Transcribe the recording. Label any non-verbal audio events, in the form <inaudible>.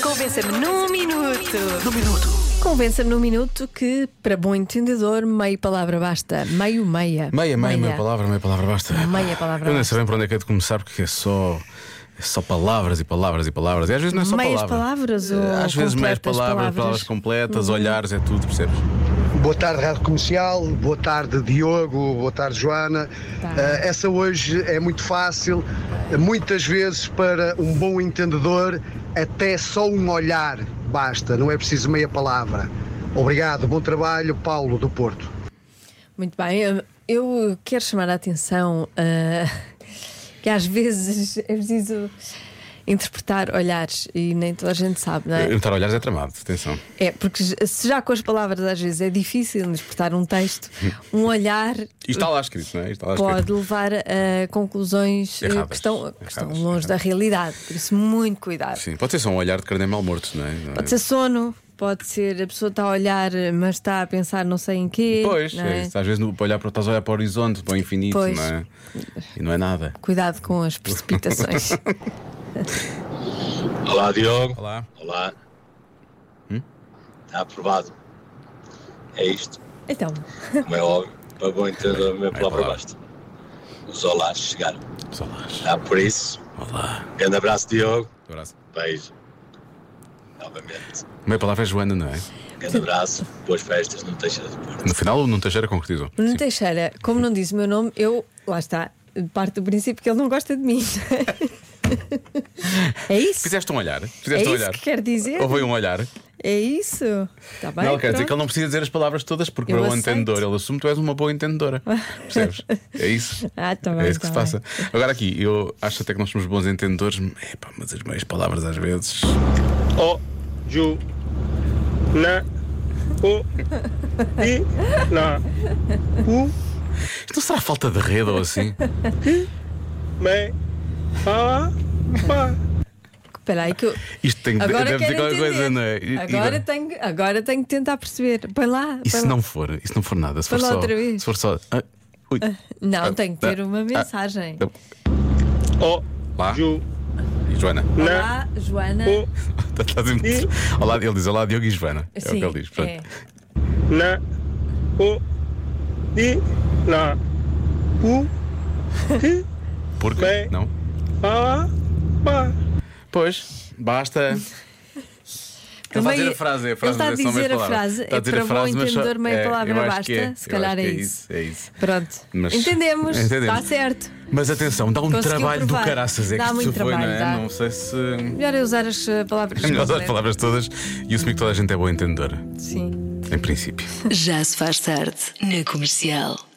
Convença-me num minuto. No minuto. Convença-me num minuto que, para bom entendedor, meio palavra basta. Meio, meia. Meia, meia, meia palavra, meia palavra, basta. Meia palavra Eu nem basta. sei bem para onde é que é de começar, porque é só. é só palavras e palavras e palavras. E às vezes não é só Meias palavra. Eh, palavras ou Às vezes meias completas palavras, palavras, palavras Uhum. completas, olhares, é tudo, percebes? Boa tarde, Rádio Comercial. Boa tarde, Diogo. Boa tarde, Joana. Tá. Eh, essa hoje é muito fácil. Muitas vezes, para um bom entendedor, até só um olhar basta, não é preciso meia palavra. Obrigado, bom trabalho, Paulo do Porto. Muito bem. Eu- Eu quero chamar a atenção ah, que às vezes é preciso interpretar olhares e nem toda a gente sabe, não é? Entrar olhares é tramado, atenção. É, porque se já com as palavras às vezes é difícil interpretar um <laughs> texto, um olhar E está lá escrito, não é? E Está lá escrito. pode levar a conclusões eh, Erradas. que estão, que estão Erradas, longe erradas. da realidade. Por isso, muito cuidado. Sim, pode ser só um olhar de carne mal morto, não é? Não é? Pode ser sono, pode ser a pessoa está a olhar, mas está a pensar não sei em quê. Pois, não é é? isso. às vezes no, para olhar para, estás a olhar para o horizonte, para o infinito, Pois. não é? E não é nada. Cuidado com as <laughs> precipitações. Olá, Diogo. Olá. Hum? Olá. Está aprovado. É isto, então, como <laughs> é óbvio. Para bom entender, a É minha palavra claro. basta. Os olás chegaram. Olá. Está por isso. Olá. Grande abraço, Diogo. Um Abraço. Beijo. Novamente. Meia palavra é Joana, não é? Grande abraço. Boas festas. Não deixa de pôr. No final, o Nuno Teixeira concretizou. Nuno Teixeira, como não disse o meu nome, eu, lá está, parte do princípio que ele não gosta de <laughs> mim. é isso? Fizeste um olhar. É Fizeste um isso olhar. que quer dizer? Houve um olhar. É isso? Está bem? não, quer dizer pronto. que ele não precisa dizer as palavras todas, porque Eu para o aceito. entendedor ele assume que tu és uma <laughs> boa entendedora. Percebes? É isso. Ah, tá é bem, isso que tá se bem. passa. Agora aqui, eu acho até que nós somos bons entendedores, Epá, mas as meias palavras às vezes. O, ju, na, o, i, na, u, Isto não será falta de rede ou assim? me, a, pa. Espera aí que eu. Isto tem que Agora deve dizer quero qualquer entender. coisa, não é? E- e- Agora tenho, agora tenho que tentar perceber. Põe lá. E põe se lá. não for, e se não for nada, se for Fala só. outra vez. Se for só. ah, ui. Não, Ah, tem que ter ah, uma ah, mensagem. O, Lá. ju, E Joana. na, Olá, Joana. u, <laughs> Estás a- E- Olá, ele diz: Olá, Diogo e Joana. É o Sim, que ele diz. Pronto. é. na, o, i, na, u, i, Porque. Bem. Não? a, pa. Pois, basta. Ele está a dizer a frase, é a frase Ele está a mas são meias dizer a palavras. frase. Está a É dizer para a bom frase, mas só- entendedor, meia é, palavra eu acho basta. que é, se eu calhar acho é que isso. É isso. Pronto. Mas- Entendemos. <laughs> Entendemos. Está certo. Mas atenção, dá um Conseguiu trabalho provar. do caraças. É Dá que isto muito foi, trabalho, não é? dá. Não sei se. <laughs> Melhor é usar as eh, palavras. É melhor usar as completas. palavras todas e assumir que toda a gente é boa entendedora, Sim. em princípio. Já se faz tarde na comercial.